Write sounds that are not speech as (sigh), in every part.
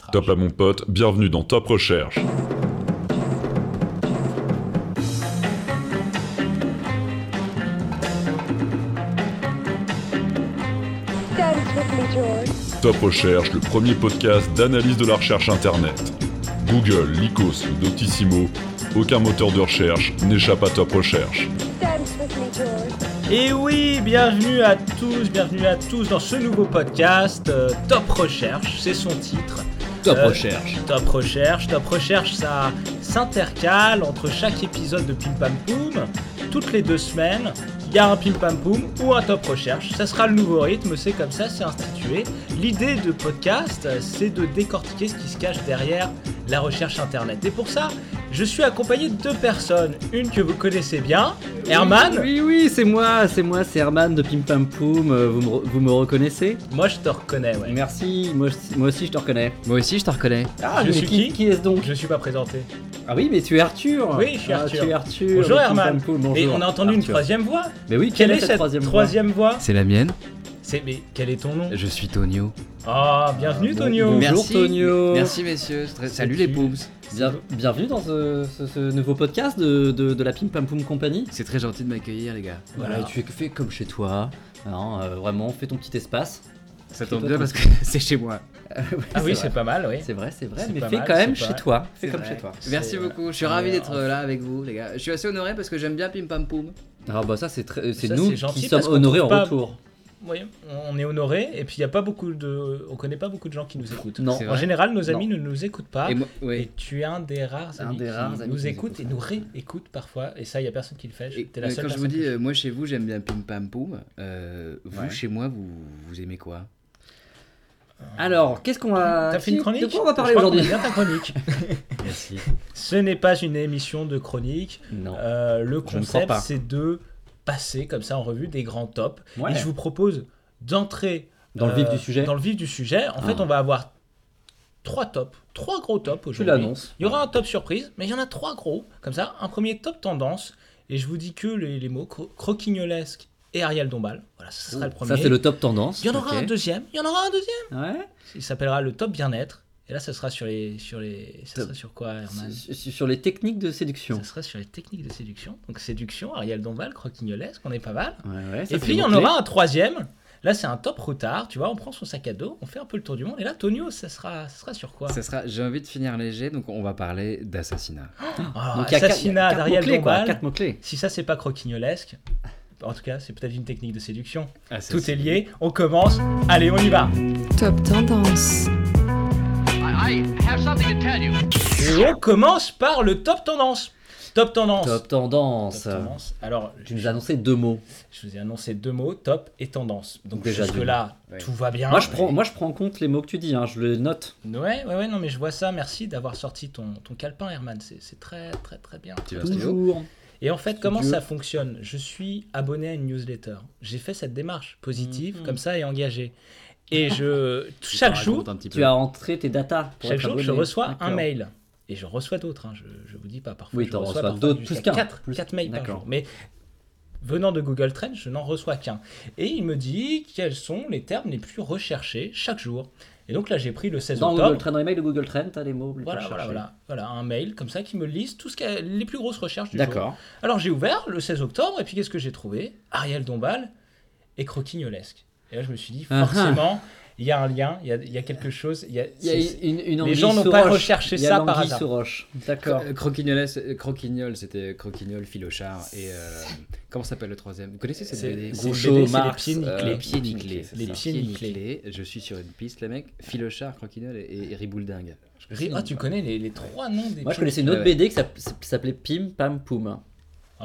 arbitrage. Top à mon pote, bienvenue dans Top Recherche. Dance with me, George. Top Recherche, le premier podcast d'analyse de la recherche internet. Google, Lycos, Doctissimo, aucun moteur de recherche n'échappe à Top Recherche. Dance with me, George. Et oui, bienvenue à tous, bienvenue à tous dans ce nouveau podcast euh, Top Recherche, c'est son titre. Top Euh, recherche. Top Recherche, Top Recherche, ça s'intercale entre chaque épisode de Pim Pam Poum. Toutes les deux semaines, il y a un Pim Pam Poum ou un Top Recherche. Ça sera le nouveau rythme, c'est comme ça, c'est institué. L'idée de podcast, euh, c'est de décortiquer ce qui se cache derrière la recherche internet. Et pour ça, je suis accompagné de deux personnes. Une que vous connaissez bien, Herman. Oui, oui, c'est moi, c'est moi, c'est Herman de Pim Pam Poum. euh, Vous me, re- vous me reconnaissez Moi, je te reconnais, ouais. Merci, moi, aussi- moi aussi je te reconnais. Moi aussi, je te reconnais. Ah, Je mais suis qui qui, est-ce donc Je suis pas présenté. Ah oui, mais tu es Arthur Oui, je suis Ah, Arthur. tu es Arthur Bonjour, de Pim Herman. Pam Poum, bonjour. Et on a entendu une Arthur. troisième voix. Mais oui, Quelle est cette troisième, voix voix C'est la mienne. C'est mais quel est ton nom Je suis Tonio. Ah, bienvenue bon- Tonio. bon- Bonjour, Tonio. Merci messieurs. Très- C'est Salut qui les Poums. Bien- bienvenue dans ce, ce- ce nouveau podcast de, de- de la Pim Pam Poum Company. C'est très gentil de m'accueillir les gars. Voilà, et tu es fait comme chez toi. Hein, euh, vraiment, fais ton petit espace. Ça Chez tombe toi, bien t'as- parce que (laughs) c'est chez moi. Ah oui, vrai. c'est pas mal, oui. C'est vrai, c'est vrai, C'est mais pas fais mal, quand c'est même pas chez mal. toi. Fais C'est comme vrai. chez toi. Merci C'est- beaucoup. Je suis Mais, ravi euh, d'être euh, là avec vous les gars. Je suis assez honoré parce que j'aime bien Pim Pam Poum. Ah bah ça c'est très- c'est Ça, nous c'est gentil qui parce sommes qu'on honorés trouve en pas- retour. Oui, on est honoré et puis il y a pas beaucoup de on connaît pas beaucoup de gens qui nous écoutent. Non. C'est En vrai. général, nos amis ne nous écoutent pas. Et Et, moi, ouais. tu es un des rares Un amis des qui rares amis nous qui nous écoute et écoutent. nous réécoute parfois et ça il y a personne qui le fait. Je- Et, T'es la euh, seule quand je vous personne dis, qui- euh, moi chez vous, j'aime bien Pim Pam Poum. euh, vous Ouais. chez moi, vous, vous aimez quoi Alors, qu'est-ce qu'on va. T'as fait une qui- chronique euh, De quoi on va Je parler crois qu'on aujourd'hui aime bien ta chronique. Merci. Ce n'est pas une émission de chronique. Non. Euh, le crois concept, pas. c'est de passer comme ça en revue des grands tops. Ouais. Et je vous propose d'entrer euh, Dans le vif du sujet. Ah. Dans le vif du sujet. En fait, on va avoir trois tops, trois gros tops Tu aujourd'hui. l'annonces. Il y aura un top surprise, mais il y en a trois gros, comme ça. Un premier top tendance, et je vous dis que les, les mots cro- croquignolesque et Ariel Dombal. Voilà, ça sera le premier. Ça, c'est le top tendance. Il y en aura un ok. deuxième. Il y en aura un deuxième. Ouais. Il s'appellera le top bien-être. Et là, ça sera sur les, sur les, ça Top. sera sur quoi, Herman Sur sur les techniques de séduction. Ça sera sur les techniques de séduction. Donc séduction, Ariel Dombal, croquignolesque, on est pas mal. Ouais, ouais, ça, Et c'est puis il les y en mots-clés. aura un troisième. Là, c'est un top retard. Tu vois, on prend son sac à dos, on fait un peu le tour du monde. Et là, Tonio, ça sera, ça sera sur quoi Ça sera. J'ai envie de finir léger, donc on va parler d'assassinat. Ah, Donc, il y a quatre- il y a Assassinat quatre d'Ariel mots-clés, quoi, Dombal. Quatre mots-clés. Si ça, c'est pas croquignolesque. En tout cas, c'est peut-être une technique de séduction. Assassinat. Tout est lié. On commence. Allez, on y va. Top tendance. Et on commence par le top tendance. Top tendance. Top Top tendance. tendance. Alors, Tu nous as annoncé deux mots. je vous ai annoncé deux mots, top et tendance. Donc Déjà jusque là, deux. Ouais. tout va bien. Moi, je prends, moi, je prends en compte les mots que tu dis. hein, Je le note. Ouais, ouais, ouais, non, mais je vois ça. Merci d'avoir sorti ton, ton calepin, Herman. C'est c'est très, très, très bien. Tu veux un stylo Toujours. Et en fait, Si comment tu veux. ça fonctionne Je suis abonné à une newsletter. J'ai fait cette démarche positive, Mhm. comme ça, et engagée. (laughs) Et je, Je te chaque raconte jour, un petit peu. Tu as entré tes datas. pour chaque être jour, abonné. je reçois un D'accord. mail. Et je reçois d'autres, hein, je, je vous dis pas. Parfois, Oui, je t'en reçois reçois parfois d'autres, jusqu'à plus qu'un, quatre- plus- quatre mails par D'accord. jour. Mais venant de Google Trends, je n'en reçois qu'un. Et il me dit quels sont les termes les plus recherchés chaque jour. Et donc là, j'ai pris le 16 Dans octobre. Google Trends, dans les mails de Google Trends, t'as les mots. les Voilà, plus voilà, recherchés. voilà, voilà, un mail comme ça qui me liste tout ce qu'il y a- les plus grosses recherches du jour. D'accord. Alors j'ai ouvert le 16 octobre et puis qu'est-ce que j'ai trouvé Ariel Dombal et croquignolesque. Et là je me suis dit Ah, ah. forcément il y a un lien, il y a, il y a quelque chose. Il y a, Il y a c'est- une, une Les gens anguille n'ont sous pas roche. recherché Il y a ça par l'anguille hasard. Euh, sous roche. D'accord. Cro- Croquignol, c'est- Croquignol, c'était Croquignol, Filochard et euh, comment s'appelle le troisième Vous connaissez cette C'est- BD c'est Groucho BD, c'est Marx, les pieds nickelés. Euh, les pieds nickelés, nickelés. c'est Les ça. pieds nickelés. Je suis sur une piste, les mecs. Filochard, Croquignol et, et Riboldingue. Ri- Ah tu connais les, les trois noms des Moi, je pieds connaissais une autre Ouais, ouais. BD qui s'app- s'app- s'appelait Pim Pam Poum.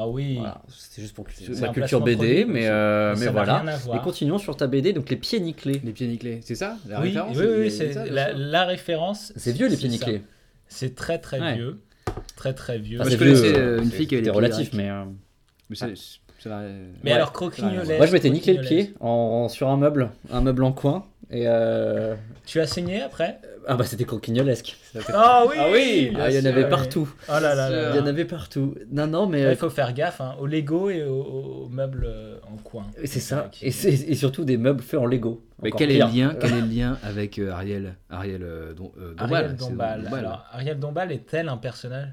Ah oui. Voilà, c'est juste pour C'est culture, un la placement culture BD, produit, mais, ça- euh, ça mais n'a voilà. rien à voir. Et continuons sur ta BD, donc les pieds nickelés. Les pieds nickelés, c'est ça la oui, référence oui, oui, Il y a c'est ça, bien la, sûr. la référence. C'est vieux les pieds ça. nickelés. C'est très très Ouais. vieux, très très vieux. Enfin, Moi, c'est je connaissais vieux, euh, une c'est- fille qui avait les c'était pieds relatif, nickelés. mais. euh, Mais c'est- c'est la- Mais Ouais. alors croquignolesque. Moi, je m'étais nickelé le croquignolesque. pied en, en- sur un meuble, un meuble en coin, et. euh, Tu as saigné après Ah bah c'était croquignolesque. Ah oui Ah oui bien Ah, il y en sûr, avait oui. partout. Oh là là là. Il y en avait partout. Non, non, mais euh, Il faut faire gaffe hein, aux Lego et aux, aux meubles euh, en coin. euh, c'est ça. qui- Et, c'est- et surtout des meubles faits en Lego. Mais Encore quel est, le pire. Euh, lien, quel est le lien avec euh, Ariel Ariel euh, Don- euh, Dombal, Ariel c'est Dombal. Dombal. Alors, Ariel Dombal est-elle un personnage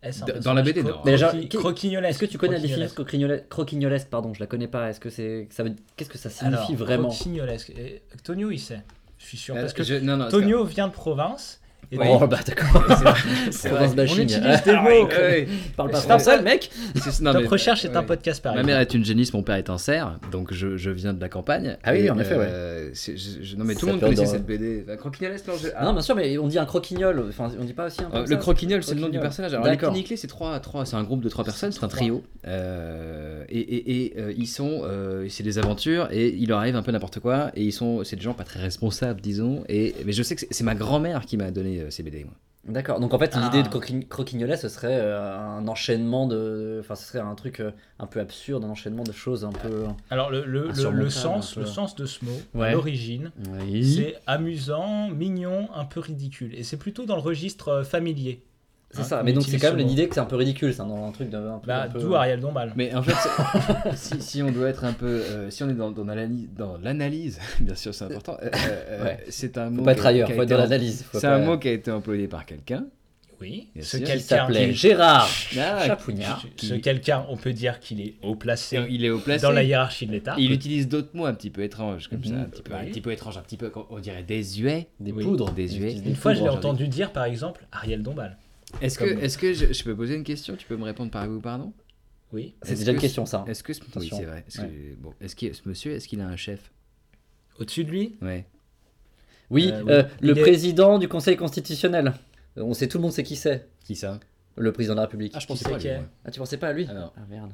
Est-ce un Dans- personnage dans la BD, non. Mais déjà, croqui- qu'est- croquignolesque, Est-ce que tu connais la définition croquignolesque. croquignolesque, croquignolesque Pardon, je la connais pas. Est-ce que c'est ça veut qu'est-ce que ça signifie Alors, vraiment croquignolesque. Et Tonio, il sait. Je suis sûr. Euh, Parce que je- non, non, c'est- Tonio vient de province. Et Oh bah d'accord. c'est vrai. Province on bashing. utilise des mots. Ouais, ouais. euh, Parle pas C'est français, un- le mec. C'est- (laughs) non, Top mais- Recherche est un ouais. podcast par Ma mère est une géniste, mon père est un cerf, donc je, je viens de la campagne. Ah oui, Et, en effet, euh, c'est- je- je- non, mais tout le Ça monde fait connaissait dans- cette BD. Enfin, Croquignolesque, non, je- ah, Non, bien sûr, mais on dit un croquignol. Enfin, on dit pas aussi un. peu Euh, ça le croquignol, c'est le nom du Croquignol. personnage. Alors, les D'accord. Clé, c'est trois, trois, c'est un groupe de trois personnes, c'est un trio. Euh, et et- et, euh, ils sont, euh, c'est des aventures et il leur arrive un peu n'importe quoi. Et ils sont, c'est des gens pas très responsables, disons. Et mais je sais que c'est- c'est ma grand-mère qui m'a donné euh, ces BD. moi. D'accord. Donc en fait, Ah. l'idée de croquign- croquignolet, ce serait euh, un enchaînement de. Enfin, ce serait un truc euh, un peu absurde, un enchaînement de choses un peu. Alors le, Ah, le, le, Insurmontable, le sens, un peu. le sens de ce mot, Ouais. l'origine, c'est amusant, mignon, un peu ridicule. Et c'est plutôt dans le registre euh, familier. C'est Hein, ça. on Mais donc c'est utilise quand ce même mot. l'idée que c'est un peu ridicule, c'est un, un truc de. un peu- Bah, un peu- d'où Ariel Dombal. Mais en fait, (laughs) si, si on doit être un peu, euh, si on est dans, dans l'analyse, dans l'analyse, (laughs) bien sûr, c'est important. euh, euh, Ouais. C'est un mot. Faut pas qui être a- ailleurs, qui a faut être été dans em- l'analyse. faut C'est pas- un mot qui a été employé par quelqu'un. Oui. Bien Ce sûr. qui quelqu'un, s'appelait qui- Gérard Ah, Chapougnard. ce quelqu'un, on peut dire qu'il est haut placé Il est au placé. dans la hiérarchie de l'État. Et il utilise d'autres mots un petit peu étranges, comme ça, Mhm. un petit peu, Oui. un petit peu étranges, un petit peu, on dirait désuet. Des Oui, poudres. désuet. Ils utilisent des Une fois, je l'ai poudres entendu dire, par exemple, Ariel Dombal. Est-ce que, Ah Comme- est-ce que je, je peux poser une question Tu peux me répondre par oui ou par non Oui. C'est Est-ce déjà une que- question, ça. Est-ce que ce, oui, Attention. c'est vrai. Est-ce que- bon, est-ce qu'il- ce monsieur, est-ce qu'il a un chef Au-dessus de lui Ouais. Oui, Euh, euh, oui. le Il est- président du Conseil constitutionnel. Euh, On sait, tout le monde sait qui c'est, Qui ça le président de la République. Ah, je pensais pensais pas pas à lui, moi. Ah, tu pensais pas à lui Ah, non. merde.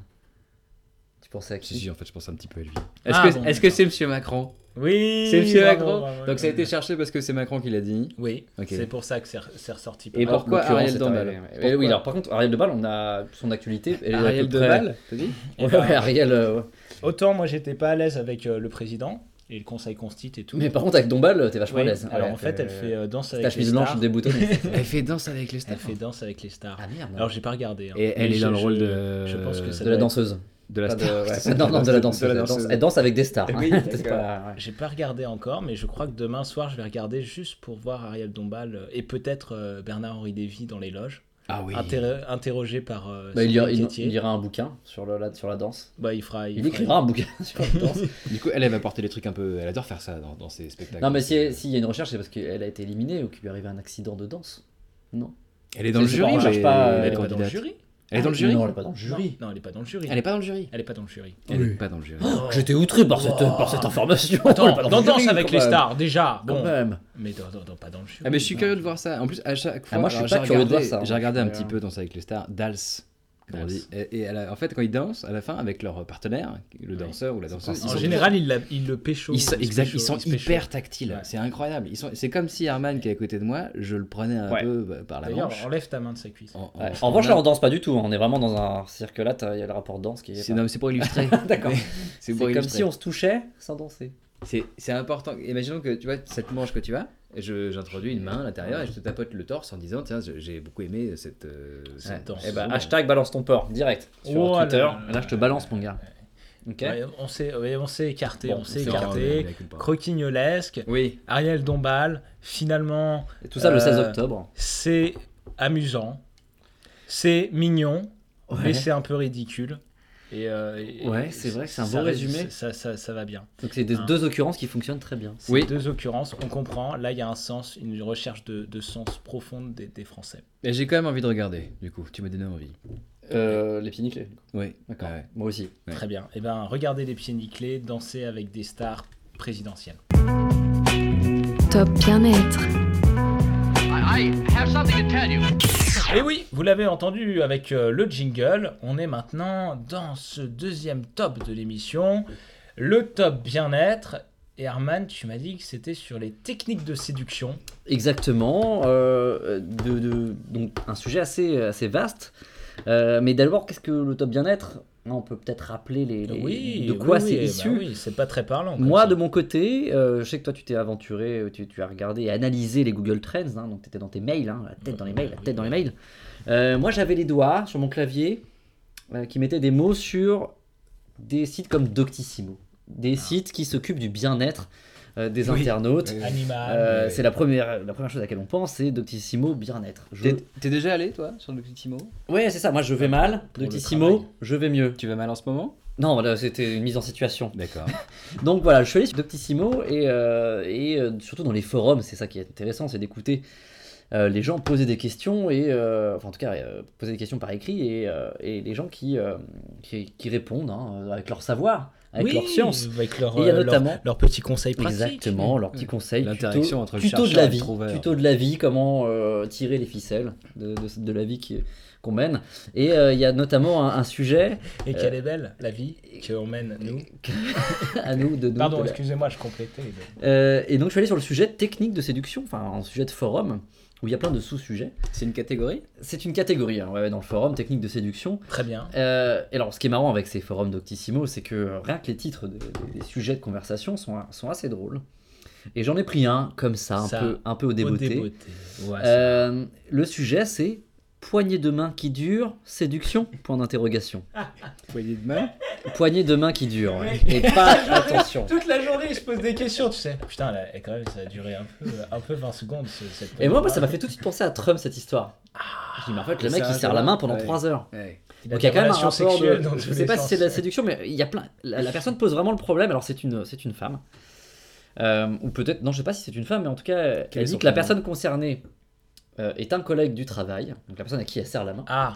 Tu pensais à Si, qui si, en fait, je pensais un petit peu à lui. Est-ce Ah, que, bon, est-ce que c'est monsieur Macron Oui. C'est monsieur bravo, Macron bravo, Donc ça a été bravo. cherché parce que c'est Macron qui l'a dit. Oui. Ok. C'est pour ça que c'est c'est ressorti. Et par- Alors, pourquoi l'occurrence, Ariel c'est Dombal Ariel. Eh Pourquoi Oui, alors par contre, Ariel Dombal, on a son actualité. Elle est à peu Ariel de près- Val, t'as dit (laughs) Eh Ouais, ben, ouais, Ariel. euh, ouais. Autant moi, j'étais pas à l'aise avec euh, le président et le Conseil Constit et tout. Mais par contre, avec Dombal, t'es vachement Oui. à l'aise. hein. Alors Ouais, en fait, t'es- elle fait euh, danse Ta avec les chemise stars. blanche déboutonnée. (laughs) Elle fait danse avec les Elle stars. fait danse avec les stars. ah merde. Alors j'ai pas regardé. hein. Et elle Mais est je- dans le rôle je- de. je pense que ça de (laughs) la danseuse. De la Pas de- star. ouais, C'est ça, non, non, de la danseuse. de la elle danse- danseuse. Eh Elle danse avec des stars. hein. (laughs) Oui, Peut-être d'accord. pas, ouais. J'ai pas regardé encore, mais je crois que demain soir, je vais regarder juste pour voir Ariel Dombal euh, et peut-être euh, Bernard-Henri Lévy dans les loges, Ah oui. interro- interrogé par euh, Bah, Céline il, lira, il- Pelletier. il lira un bouquin sur, le, la, sur la danse. Bah, il fera. Il, fera- écrira un bouquin (laughs) sur la danse. Du coup, elle aime apporter des trucs un peu. Elle adore faire ça dans, dans ses spectacles. non, mais si- s'il y a une recherche, c'est parce qu'elle a été éliminée ou qu'il lui est arrivé un accident de danse. Non. Elle est dans le C'est jury, pas- on cherche mais pas, euh, Elle la est pas dans le candidate. jury. Elle est dans le jury. Ah, Non, elle est pas dans le jury. Non, non, elle est pas dans le jury. Elle est pas dans le jury. Elle est pas dans le jury. Elle est pas dans le jury. J'étais outré par cette, Wow. par cette information. Elle est Attends, pas dans, Danse le jury, avec quand les même. stars, déjà. Quand Bon. même. Mais dans, dans- dans- pas dans le jury. Ah, mais je suis curieux de voir ça. En plus, à chaque fois. Ah, moi, je suis alors, pas j'ai curieux de voir regardé- ça, hein. J'ai regardé un Ouais. petit peu dans ça avec les stars. Dals. comme on Dals. dit. Et, et elle a- en fait, quand ils dansent, à la fin, avec leur partenaire, le danseur ou la danseuse, ils En sont- général, il, la- il le pécho. ils sont, il se exact, pécho, ils sont il se pécho. hyper tactiles. Ouais. C'est incroyable. Ils sont, c'est comme si Herman qui est à côté de moi, je le prenais un Ouais. peu bah, par la D'ailleurs, manche. enlève ta main de sa cuisse. En, en- Ouais. en- En revanche, là, on danse pas du tout. hein. On est vraiment dans un cirque là. t'as- Il y a le rapport danse qui est. c'est, non, mais c'est pour illustrer. (laughs) D'accord. Mais C'est (laughs) c'est pour comme illustrer. si on se touchait sans danser. C'est, c'est important. Imaginons que tu vois cette manche que tu as, je, j'introduis une main à l'intérieur et je te tapote le torse en disant tiens je- j'ai beaucoup aimé cette. euh, cette Ouais. danse. Eh ben, hashtag balance ton porc, direct. Sur Oh là Twitter. là Là, là je te balance, mon gars. Ok Ouais, on s'est ouais, on s'est écarté, Bon, on s'est c'est écarté. Non, mais- Croquignolesque, Oui. Ariel Dombal, finalement, Et tout ça le Euh, 16 octobre. c'est amusant, c'est mignon, mais Ouais. c'est un peu ridicule. Et, euh, et- Ouais, et c'est vrai que c'est un ça bon reste- résumé. Ça, ça, ça va bien. Donc, c'est des Hein. deux occurrences qui fonctionnent très bien. Ces Oui. Deux occurrences, on comprend. Là, il y a un sens, une recherche de, de sens profonde des, des Français. Mais j'ai quand même envie de regarder. Du coup tu m'as donné envie. Euh, les pieds nickelés. Oui. D'accord. Ouais. Moi aussi. Ouais. Très bien. Et ben, regardez les pieds nickelés, danser avec des stars présidentielles. Top bien-être. Et Eh oui, vous l'avez entendu avec euh, le jingle, on est maintenant dans ce deuxième top de l'émission, le top bien-être. Et Herman, tu m'as dit que c'était sur les techniques de séduction. Exactement. euh, de, de- donc, un sujet assez, assez vaste. Euh, mais d'abord, qu'est-ce que le top bien-être on peut peut-être rappeler les, les- oui, de quoi oui, c'est oui, bah issu. oui, c'est pas très parlant. comme Moi, ça. de mon côté, euh, je sais que toi, tu t'es aventuré, euh, tu, tu as regardé et analysé les Google Trends, hein, donc tu étais dans tes mails, hein, la tête dans les mails, la tête dans les mails. Euh, moi, j'avais les doigts sur mon clavier euh, qui mettaient des mots sur des sites comme Doctissimo, des Ah. sites qui s'occupent du bien-être euh, des Oui. internautes. Oui. Animal. Euh, oui, c'est oui. la première, la première chose à laquelle on pense, c'est Doctissimo bien-être. Je- T'es t'es déjà allé, toi, sur le Timo Ouais, c'est ça. Moi, je vais mal. le Doctissimo, travail. je vais mieux. Tu vas mal en ce moment Non, là, c'était une mise en situation. (laughs) D'accord. Donc voilà, je suis allé sur Doctissimo et, euh, et euh, surtout dans les forums, c'est ça qui est intéressant, c'est d'écouter euh, les gens poser des questions et euh, enfin en tout cas euh, poser des questions par écrit et, euh, et les gens qui, euh, qui, qui répondent hein, avec leur savoir, avec Oui, leur science. Avec leur, Et il y a euh, leur- notamment leurs petits conseils pratiques. exactement leurs petits conseils, L'interaction tutos- entre le tutos de chercheur et la le vie, trouveur. tutos de la vie, comment euh, tirer les ficelles de, de- de la vie qui- qu'on mène. Et euh, il y a notamment un, un sujet Et quelle Euh, est belle la vie qu'on mène, nous. à nous de, nous, Pardon, de la- excusez-moi, je complétais. Euh, et donc je suis allé sur le sujet de technique de séduction, enfin un sujet de forum où il y a plein de sous-sujets. C'est une catégorie C'est une catégorie hein, ouais, ouais, dans le forum, technique de séduction. Très bien. Euh, et alors ce qui est marrant avec ces forums d'Octissimo, c'est que euh, rien que les titres de- de- des sujets de conversation sont, sont assez drôles. Et j'en ai pris un comme ça, un, Ça, peu, un peu au Au débeauté. débeauté. Ouais, Euh, le sujet c'est poignée de main qui dure, séduction, point d'interrogation. Poignée de main Poignée de main qui dure, ouais. et pas attention. Toute la journée, il se pose des questions, tu sais. Putain, là, et quand même, ça a duré un peu, un peu 20 secondes. ce- cette Et moi, moi, ça m'a fait tout de suite penser à Trump cette histoire. Ah, Je dis, mais en fait, le mec ça, il ça serre la va. main pendant Ouais. 3 heures. Ouais. Il a Donc il y a des quand même un relations rapport de... sexuelles dans Je tous sais les pas si sens. c'est de la séduction, mais il y a plein. La, la personne pose vraiment le problème. Alors c'est une, c'est une femme. Euh, ou peut-être, non, je sais pas si c'est une femme, mais en tout cas, Quel elle est dit son que la prénom personne concernée euh, est un collègue du travail. Donc la personne à qui elle serre la main Ah,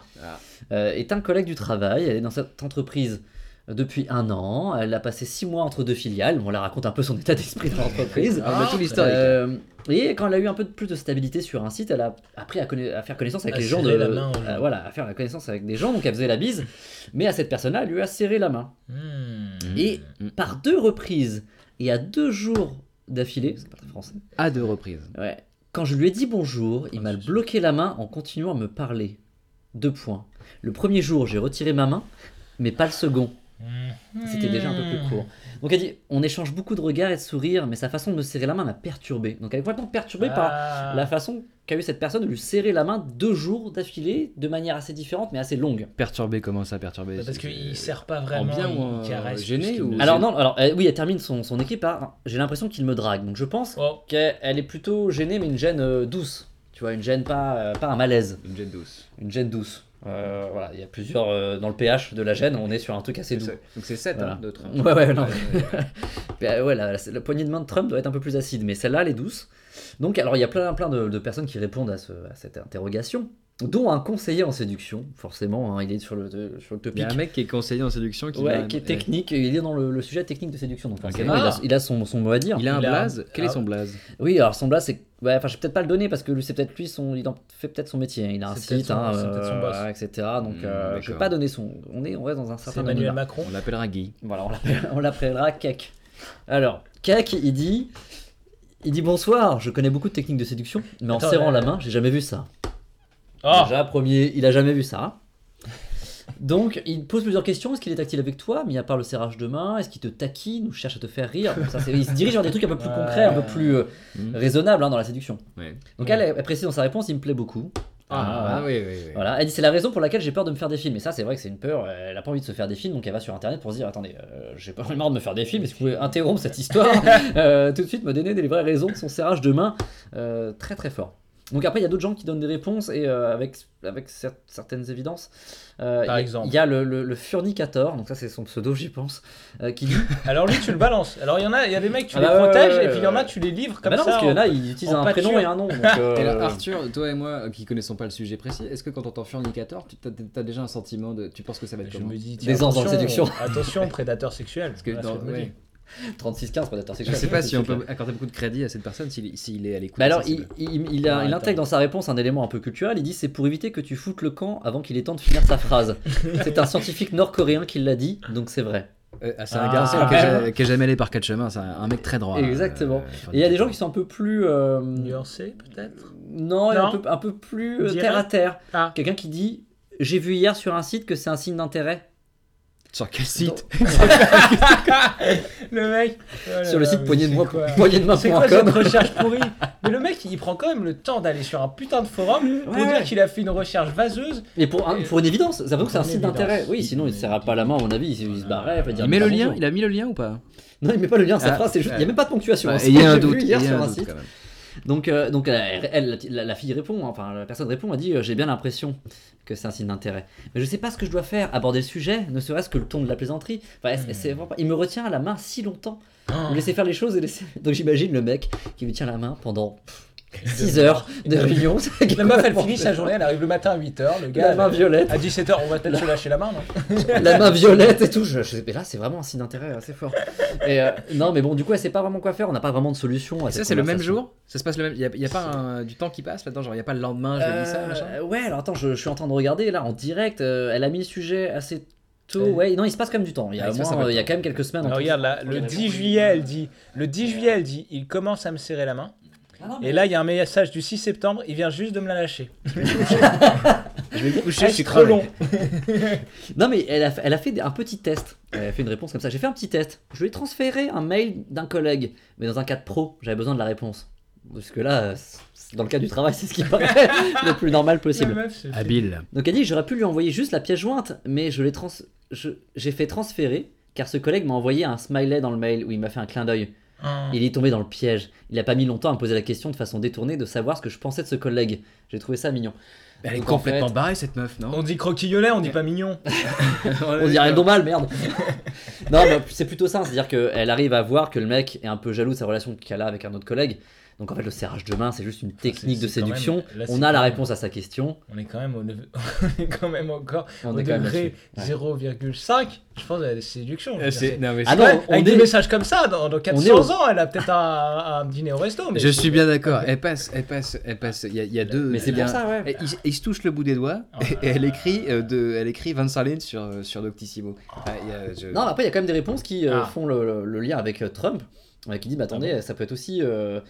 euh, est un collègue du travail. Elle est dans cette entreprise depuis un an. Elle a passé six mois entre deux filiales. On la raconte un peu son état d'esprit dans (laughs) l'entreprise. Ah, on a tout l'historique. Euh, et quand elle a eu un peu de- plus de stabilité sur un site, elle a appris à, conna- à faire connaissance avec À les gens de serrer la main aux gens. euh, voilà, à faire la connaissance avec des gens. Donc elle faisait la bise, mais à cette personne-là, elle lui a serré la main. hmm. Et par deux reprises et à deux jours d'affilée, c'est pas très français. À deux reprises. Ouais. Quand je lui ai dit bonjour, il m'a bloqué la main en continuant à me parler. Deux points. Le premier jour, j'ai retiré ma main, mais pas le second. Hmm. C'était déjà un peu plus court. Donc elle dit, on échange beaucoup de regards et de sourires, mais sa façon de me serrer la main m'a perturbé. Donc elle est complètement perturbée par Ah. la façon qu'a eu cette personne de lui serrer la main deux jours d'affilée, de manière assez différente, mais assez longue. Perturbé, comment ça, perturbé Bah, Parce C'est- qu'il sert pas vraiment. en bien ou en il caresse gêné plus qu'il ou- ne- Alors non, alors euh, oui, elle termine son, son équipe par, j'ai l'impression qu'il me drague. Donc je pense Oh, qu'elle elle est plutôt gênée, mais une gêne euh, douce. Tu vois, une gêne pas, euh, pas un malaise. Une jet douce. une gêne douce. Euh, voilà, il y a plusieurs euh, dans le pH de la gêne, on est sur un truc assez doux. Donc c'est hein, 7 Voilà. d'autres. Ouais, ouais, non. (laughs) Mais, euh, ouais, la, la- la poignée de main de Trump doit être un peu plus acide, mais celle-là, elle est douce. Donc, alors, il y a plein, plein de, de personnes qui répondent à, ce- à cette interrogation, dont un conseiller en séduction, forcément, hein, il est sur le, de- sur le Il y topic. a un mec qui est conseiller en séduction qui, Ouais, va- qui est technique, il est dans le, le sujet technique de séduction, donc forcément, Ah. il, a, il a son, son mot à dire. Il a un Il a- blaze. Quel est Ah. son blaze Oui, alors son blase, c'est. Ouais, enfin, je vais peut-être pas le donner parce que lui, c'est peut-être lui, son... il en fait peut-être son métier. hein. Il a un C'est peut-être site, son- hein, c'est peut-être son boss. etc. Donc, Hmm, euh, je vais d'accord. pas donner son. On, est... on reste dans un c'est certain Emmanuel anonymat. Macron. On l'appellera Guy. Voilà, on l'appelle- on l'appellera Kek. Alors, Kek, il dit. Il dit bonsoir, je connais beaucoup de techniques de séduction, mais Attends, euh, en serrant là- la main, j'ai jamais vu ça. Oh, Déjà, premier, il a jamais vu ça. Donc, il pose plusieurs questions. Est-ce qu'il est tactile avec toi Mis à part le serrage de main, est-ce qu'il te taquine ou cherche à te faire rire Bon, ça, c'est- Il se dirige vers des trucs un peu plus Ouais. Hmm. concrets, un peu plus euh, Mhm. raisonnables hein, dans la séduction. Ouais. Donc Ouais. elle, elle précise dans sa réponse, il me plaît beaucoup. Ah, oui, oui, oui. Voilà, elle dit c'est la raison pour laquelle j'ai peur de me faire des films. Et ça, c'est vrai que c'est une peur. Elle a pas envie de se faire des films, donc elle va sur internet pour se dire attendez, euh, j'ai pas marre de me faire des films. Est-ce que vous pouvez interrompre (laughs) cette histoire euh, tout de suite, me donner des vraies raisons de son serrage de main euh, très très fort. Donc après, il y a d'autres gens qui donnent des réponses et euh, avec avec cer- certaines évidences. Par Euh, il y a- exemple. il y a le, le, le Furnicator, donc ça c'est son pseudo, j'y pense, euh, qui dit alors lui, tu le balances. Alors il y en a, il y a des mecs, tu Ah les bah ouais, protèges, ouais, et puis il y en a, ouais. tu les livres comme Bah non, ça. parce qu'il y en en- a, ils utilisent en un prénom pâture. et un nom. Donc, Et alors, euh, Arthur, toi et moi euh, qui connaissons pas le sujet précis, est-ce que quand t'entends Furnicator, tu t'as- t'as déjà un sentiment de. Tu penses que ça va être Je comment me dis, bah, Des tiens, anges dans la attention, séduction. Attention, prédateur sexuel. Parce que Voilà ce dans- que je me ouais. dis. 36-15 prédateur Je sexuel. sais (laughs) pas si on C'est clair. peut accorder beaucoup de crédit à cette personne s'il s'il est à l'écoute. Bah alors, il, sensible. il- il a- Ouais, il attends. intègre dans sa réponse un élément un peu culturel. Il dit c'est pour éviter que tu foutes le camp avant qu'il ait temps de finir (laughs) sa phrase. c'est un scientifique nord-coréen qui l'a dit, donc c'est vrai. Euh, ah, c'est un Ah, garçon quand qui est même. ja- qui est jamais allé par quatre chemins, c'est un un mec très droit. hein, Exactement. euh, Et il y a des gens Furnicator. qui sont un peu plus. euh, Nuancé, peut-être non, et Non. Un, peu, un peu plus euh, Direct. terre à terre. Ah. Oh Quelqu'un qui dit j'ai vu hier sur un site que c'est un signe d'intérêt. Sur quel site le mec. oh là Sur le là, site mais poignée de c'est moi- quoi poignée de main C'est quoi point com. cette recherche pourrie Mais le mec, il prend quand même le temps d'aller sur un putain de forum pour Ouais. dire qu'il a fait une recherche vaseuse. Mais pour, un- pour une évidence, ça veut dire que c'est un Pour une site évidence. d'intérêt. Oui, sinon il ne serra pas la main, à mon avis, il se barrait. va dire Il met pas le lien bonjour. Il a mis le lien ou pas Non, il met pas le lien, sa Ah, phrase, c'est juste. Il n'y ouais. a même pas de ponctuation. hein, Ouais, c'est Il y ce a un que (laughs) j'ai vu doute. Il y hier a sur un un doute site. quand même. Donc, euh, donc elle, elle- la, la fille répond, hein, enfin la personne répond, elle dit euh, J'ai bien l'impression que c'est un signe d'intérêt. Mais je sais pas ce que je dois faire, aborder le sujet, ne serait-ce que le ton de la plaisanterie. Enfin, Hmm. elle- elle sait vraiment pas. Il me retient à la main si longtemps. Oh. Il me laissait (laughs) faire les choses et laisser. Donc j'imagine le mec qui lui tient la main (laughs) pendant 6 heures de réunion. La meuf, elle finit sa journée, elle arrive le matin à 8h. Le gars, (laughs) La main elle- violette. à 17h, on va peut-être se lâcher la main. non la main violette et tout. Je, je- mais là, c'est vraiment un signe d'intérêt assez fort. Et euh, non, mais bon, du coup, elle sait pas vraiment quoi faire. On n'a pas vraiment de solution. à Et ça, cette c'est le même conversation. jour Ça se passe le même. Il n'y a, pas un- du temps qui passe là-dedans Genre, il n'y a pas le lendemain, je Euh, lis Ah, ça, machin ouais, alors attends, je, je suis en train de regarder là en direct. euh, elle a mis le sujet assez tôt. Ouais, non, il se passe quand même du temps. Il y a, Euh. Ah, il au se passe moins, un peu de euh, il y a temps. Ah, quand même quelques semaines. Alors, entre- Regarde, là, le 10 juillet, elle dit le 10 juillet, elle dit il commence à me serrer la main. Ah, Et là, il y a un message du 6 septembre, il vient juste de me la lâcher. Je vais me coucher, Ah, C'est trop long. Non, mais elle a, elle a fait des- un petit test. Elle a fait une réponse comme ça. J'ai fait un petit test. Je lui ai transféré un mail d'un collègue, mais dans un cadre pro. J'avais besoin de la réponse. Parce que là, euh, c'est- dans le cadre du travail, c'est ce (laughs) qui paraît le plus normal possible. Ah, Habile. Donc elle dit j'aurais pu lui envoyer juste la pièce jointe, mais je l'ai trans... je- j'ai fait transférer car ce collègue m'a envoyé un smiley dans le mail où il m'a fait un clin d'œil. Il est tombé dans le piège. Il n'a pas mis longtemps à me poser la question de façon détournée de savoir ce que je pensais de ce collègue. J'ai trouvé ça mignon. Elle est Donc, en complètement fait- barrée, cette meuf, non (laughs) On dit croquillolet, on dit pas mignon. On dirait le dommage, merde. (laughs) non, mais c'est plutôt ça, c'est-à-dire qu'elle arrive à voir que le mec est un peu jaloux de sa relation qu'elle a avec un autre collègue. Donc en fait, le serrage de main, c'est juste une technique Ah, c'est de quand même- séduction. là, c'est On a quand la même- réponse à sa question. On est quand même au, neve- (laughs) on est quand même encore On au est quand même degré là-dessus. Ouais. 0,5. Je pense à la séduction. je veux dire, Eh, Non, mais c'est- Ah non, Ouais, on avec est- des messages comme ça, dans, dans est 400 au- ans, elle a peut-être un, un dîner au resto. Mais Je suis bien d'accord. Elle passe, elle passe, elle passe. Il y a, il y a deux. Mais c'est il y a- pour ça, ouais. Elle- Il, il se touche le bout des doigts et elle écrit, euh, de, elle écrit 25 lignes sur, euh, sur Doctissimo. Enfin, il y a- je- Non, mais après, il y a quand même des réponses qui euh, Ah. font le, le- le lien avec euh, Trump, euh, qui dit, bah, attendez, ça peut être aussi euh,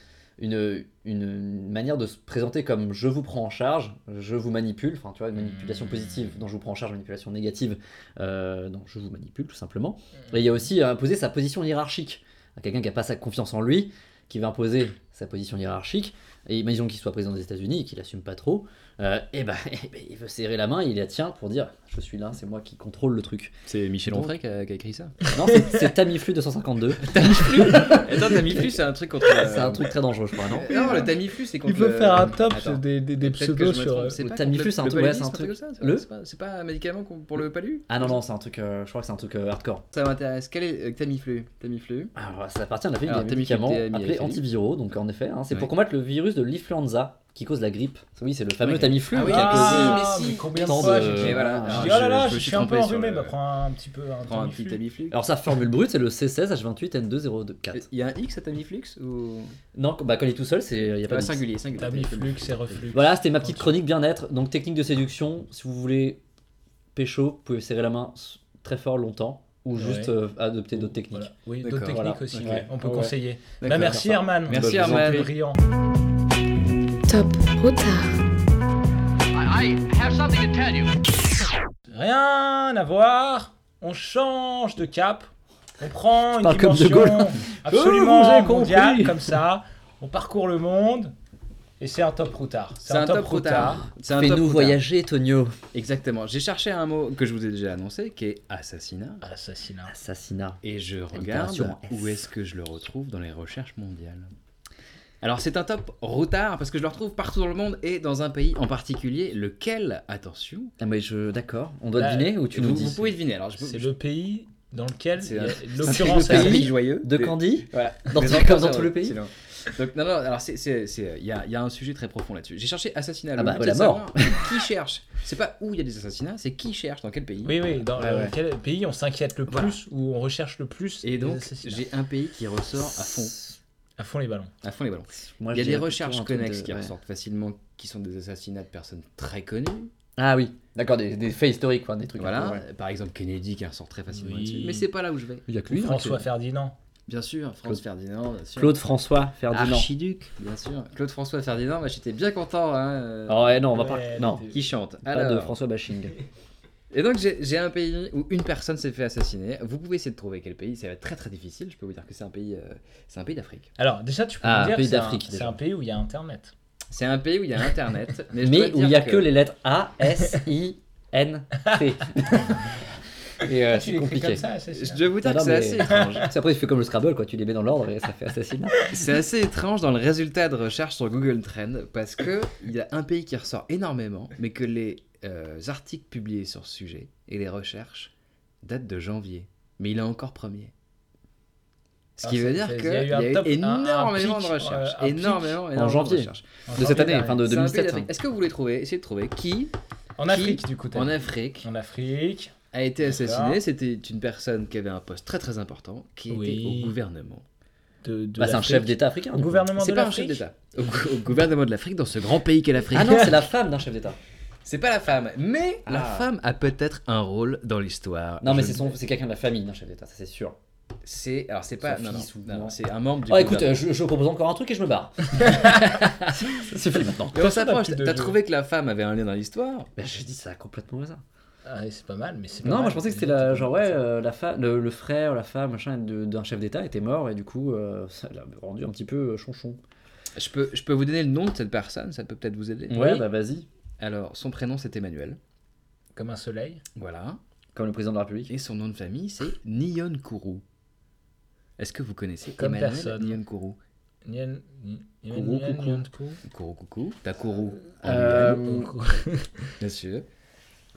une, une manière de se présenter comme je vous prends en charge, je vous manipule, enfin, tu vois, une manipulation positive dont je vous prends en charge, manipulation négative euh, dont je vous manipule, tout simplement. Et il y a aussi à imposer sa position hiérarchique à quelqu'un qui n'a pas sa confiance en lui, qui va imposer sa position hiérarchique. Et imaginons qu'il soit président des États-Unis et qu'il assume pas trop, euh, et ben, (laughs) il veut serrer la main, il la tient pour dire je suis là, c'est moi qui contrôle le truc. C'est Michel Donc- Onfray qui a, qui a écrit ça. Non, c'est- c'est Tamiflu 252. (laughs) Attends, Tamiflu, c'est un truc contre. euh, C'est un truc très dangereux, je crois, non Non, le Tamiflu, c'est contre. Il peut le- faire un top Attends. des, des- des Peut-être que pseudos je me sur. trompe, euh, c'est le pas Tamiflu, contre c'est un le truc- paludisme, ouais, c'est un comme truc- ça, c'est- le- c'est pas- C'est pas un médicament qu'on- pour le palu Ah non, non, c'est un truc, euh, je crois que c'est un truc euh, hardcore. Ça m'intéresse. Quel est euh, Tamiflu Tamiflu. Alors, ça appartient à la famille Alors, des Tamiflu, médicaments t'es ami avec appelés Philippe. antiviraux, donc en effet, hein, c'est pour Ouais. combattre le virus de l'influenza qui cause la grippe. Oui, c'est le fameux Ouais. Tamiflu. Ah oui, qui a d'accord. causé- Ah, mais si. combien de Tant fois de- j'ai dit, Mais voilà. j'ai dit, Ah, oh là je- là, je je, me suis suis un peu trompé sur enrhumé, le- bah prends un petit peu un Prends un petit Tamiflu. Tamiflu. Alors sa formule brute, c'est le C16H28N204. Il y a un X à Tamiflux ou Non, bah, quand il est tout seul, c'est il y a pas Ah, de singulier, singulier. Tamiflux et reflux. Voilà, c'était ma petite chronique bien-être. Donc technique de séduction, si vous voulez pécho, vous pouvez serrer la main s- très fort longtemps ou Ouais. juste euh, adopter d'autres techniques. Voilà. Oui, D'accord. d'autres techniques Voilà. aussi, Ouais. on peut Ouais. conseiller. Bah, D'accord. merci Herman. Merci, Bah, vous êtes Herman. Brillant. Top retard. Rien à voir, on change de cap, on prend une parle comme de dimension Gaulle. (laughs) absolument Euh, vous avez compris. mondiale comme ça, on parcourt le monde et c'est un top routard. C'est un top routard. C'est un top Fais-nous routard. voyager, Tonio. Exactement. J'ai cherché un mot que je vous ai déjà annoncé qui est assassinat. Assassinat. Assassinat. Et je Allitération regarde en S. où est-ce que je le retrouve dans les recherches mondiales. Alors c'est un top retard parce que je le retrouve partout dans le monde et dans un pays en particulier, lequel, attention, Ah mais je d'accord, on doit Bah, deviner ou tu vous, nous vous dis pouvez deviner. Alors je peux- C'est le pays dans lequel, il C'est y a un- l'occurrence, c'est un elle- pays joyeux. de Des- Candy Voilà. Dans- Des comme enfants, dans ça, tout ouais, le pays c'est long. Donc, non, non, alors c'est- c'est- c'est- il y a, il y a un sujet très profond là-dessus. J'ai cherché assassinat. Ah Le bah, but, la c'est de mort. savoir Qui cherche C'est pas où il y a des assassinats, c'est qui cherche, dans quel pays. Oui, oui, dans Ouais, ouais. quel pays on s'inquiète le Voilà. plus ou on recherche le plus Et donc, les assassinats. j'ai un pays qui ressort à fond, à fond les ballons. à fond les ballons. Moi, Il y a je des dirais recherches plutôt un truc connexes de- qui ouais. ressortent facilement, qui sont des assassinats de personnes très connues. Ah oui, d'accord, des, des faits historiques quoi, des trucs. voilà, un peu, ouais. par exemple Kennedy qui ressort très facilement Oui. là-dessus. Mais c'est pas là où je vais. Il y a que lui. hein, François qui- Ferdinand. Bien sûr, Franz Ferdinand, bien sûr. Claude François Ferdinand. Archiduc, bien sûr. Claude François Ferdinand, bah, j'étais bien content. Hein, euh, Ah ouais, non, on va pas Ouais, non, t'es- Qui chante pas Alors, de François Bashing. Et donc j'ai j'ai un pays où une personne s'est fait assassiner. Vous pouvez essayer de trouver quel pays. Ça va être très très difficile. Je peux vous dire que c'est un pays, euh, c'est un pays d'Afrique. Alors, déjà, tu peux Ah, me dire pays c'est un, d'Afrique, c'est déjà. un pays où il y a Internet. C'est un pays où il y a (laughs) Internet, mais, je Mais dois où il n'y dire a que les lettres A, S, I, N, T. Et euh, c'est l'écris compliqué. comme ça, c'est Je ça. Ah dois vous dire que Non, c'est (laughs) non, assez mais- étrange. C'est Après, tu fais comme le Scrabble, quoi. tu les mets dans l'ordre et ça fait assassinat. C'est assez étrange dans le résultat de recherche sur Google Trends parce que il y a un pays qui ressort énormément, mais que les euh, articles publiés sur ce sujet et les recherches datent de janvier. Mais il est encore premier. Ce qui Ah, veut c'est- dire c'est- qu'il il y y a a eu eu un top- un- un énormément pic, de recherches. euh, un pic énormément, en énormément janvier. de En recherches. De cette janvier année, enfin de C'est un pays 2007. d'Afrique. Est-ce que vous voulez trouver Essayez de trouver qui, En Qui- Afrique, du coup, t'as en dit. Afrique, En Afrique. a été D'accord. assassiné. C'était une personne qui avait un poste très très important, qui Oui. était au gouvernement. De, de Bah, c'est un l'Afrique. chef d'État africain. Au du coup. gouvernement de C'est pas un chef l'Afrique. d'État. Au, au gouvernement de l'Afrique, dans ce grand pays qu'est l'Afrique. Ah non, c'est la femme d'un chef d'État. (laughs) c'est pas la femme, mais la Ah. femme a peut-être un rôle dans l'histoire. Non, mais Je- c'est son- c'est quelqu'un de la famille d'un chef d'État, ça c'est sûr. C'est alors c'est pas Son non, non, fils ou- non, non. c'est un membre du. Ah, écoute, gouvernement. euh, je, je propose encore un truc et je me barre. (laughs) ça suffit maintenant. Mais on personne n'a s'approche. plus de T'as jeu. trouvé que la femme avait un lien dans l'histoire Bah, je dis ça complètement au hasard. Ah, ouais, c'est pas mal, mais c'est pas Non, mal. moi je pensais que c'était la, genre, ouais, euh, la fa- le, le frère, la femme, machin, de- d'un chef d'État était mort et du coup, euh, ça l'a rendu un petit peu euh, chonchon. Je peux, je peux vous donner le nom de cette personne, ça peut peut-être vous aider. Ouais, bah vas-y, Alors son prénom c'est Emmanuel. euh, Comme un soleil. Voilà. comme le président de la République. Et son nom de famille c'est Nyonkuru. Est-ce que vous connaissez Comme Emmanuel personne. Nyonkuru Nien- ni- nien- Kourou, nien- coucou. nien- kou. Kourou coucou. T'as Kourou. en Euh, lui-même, Coucou. bien sûr.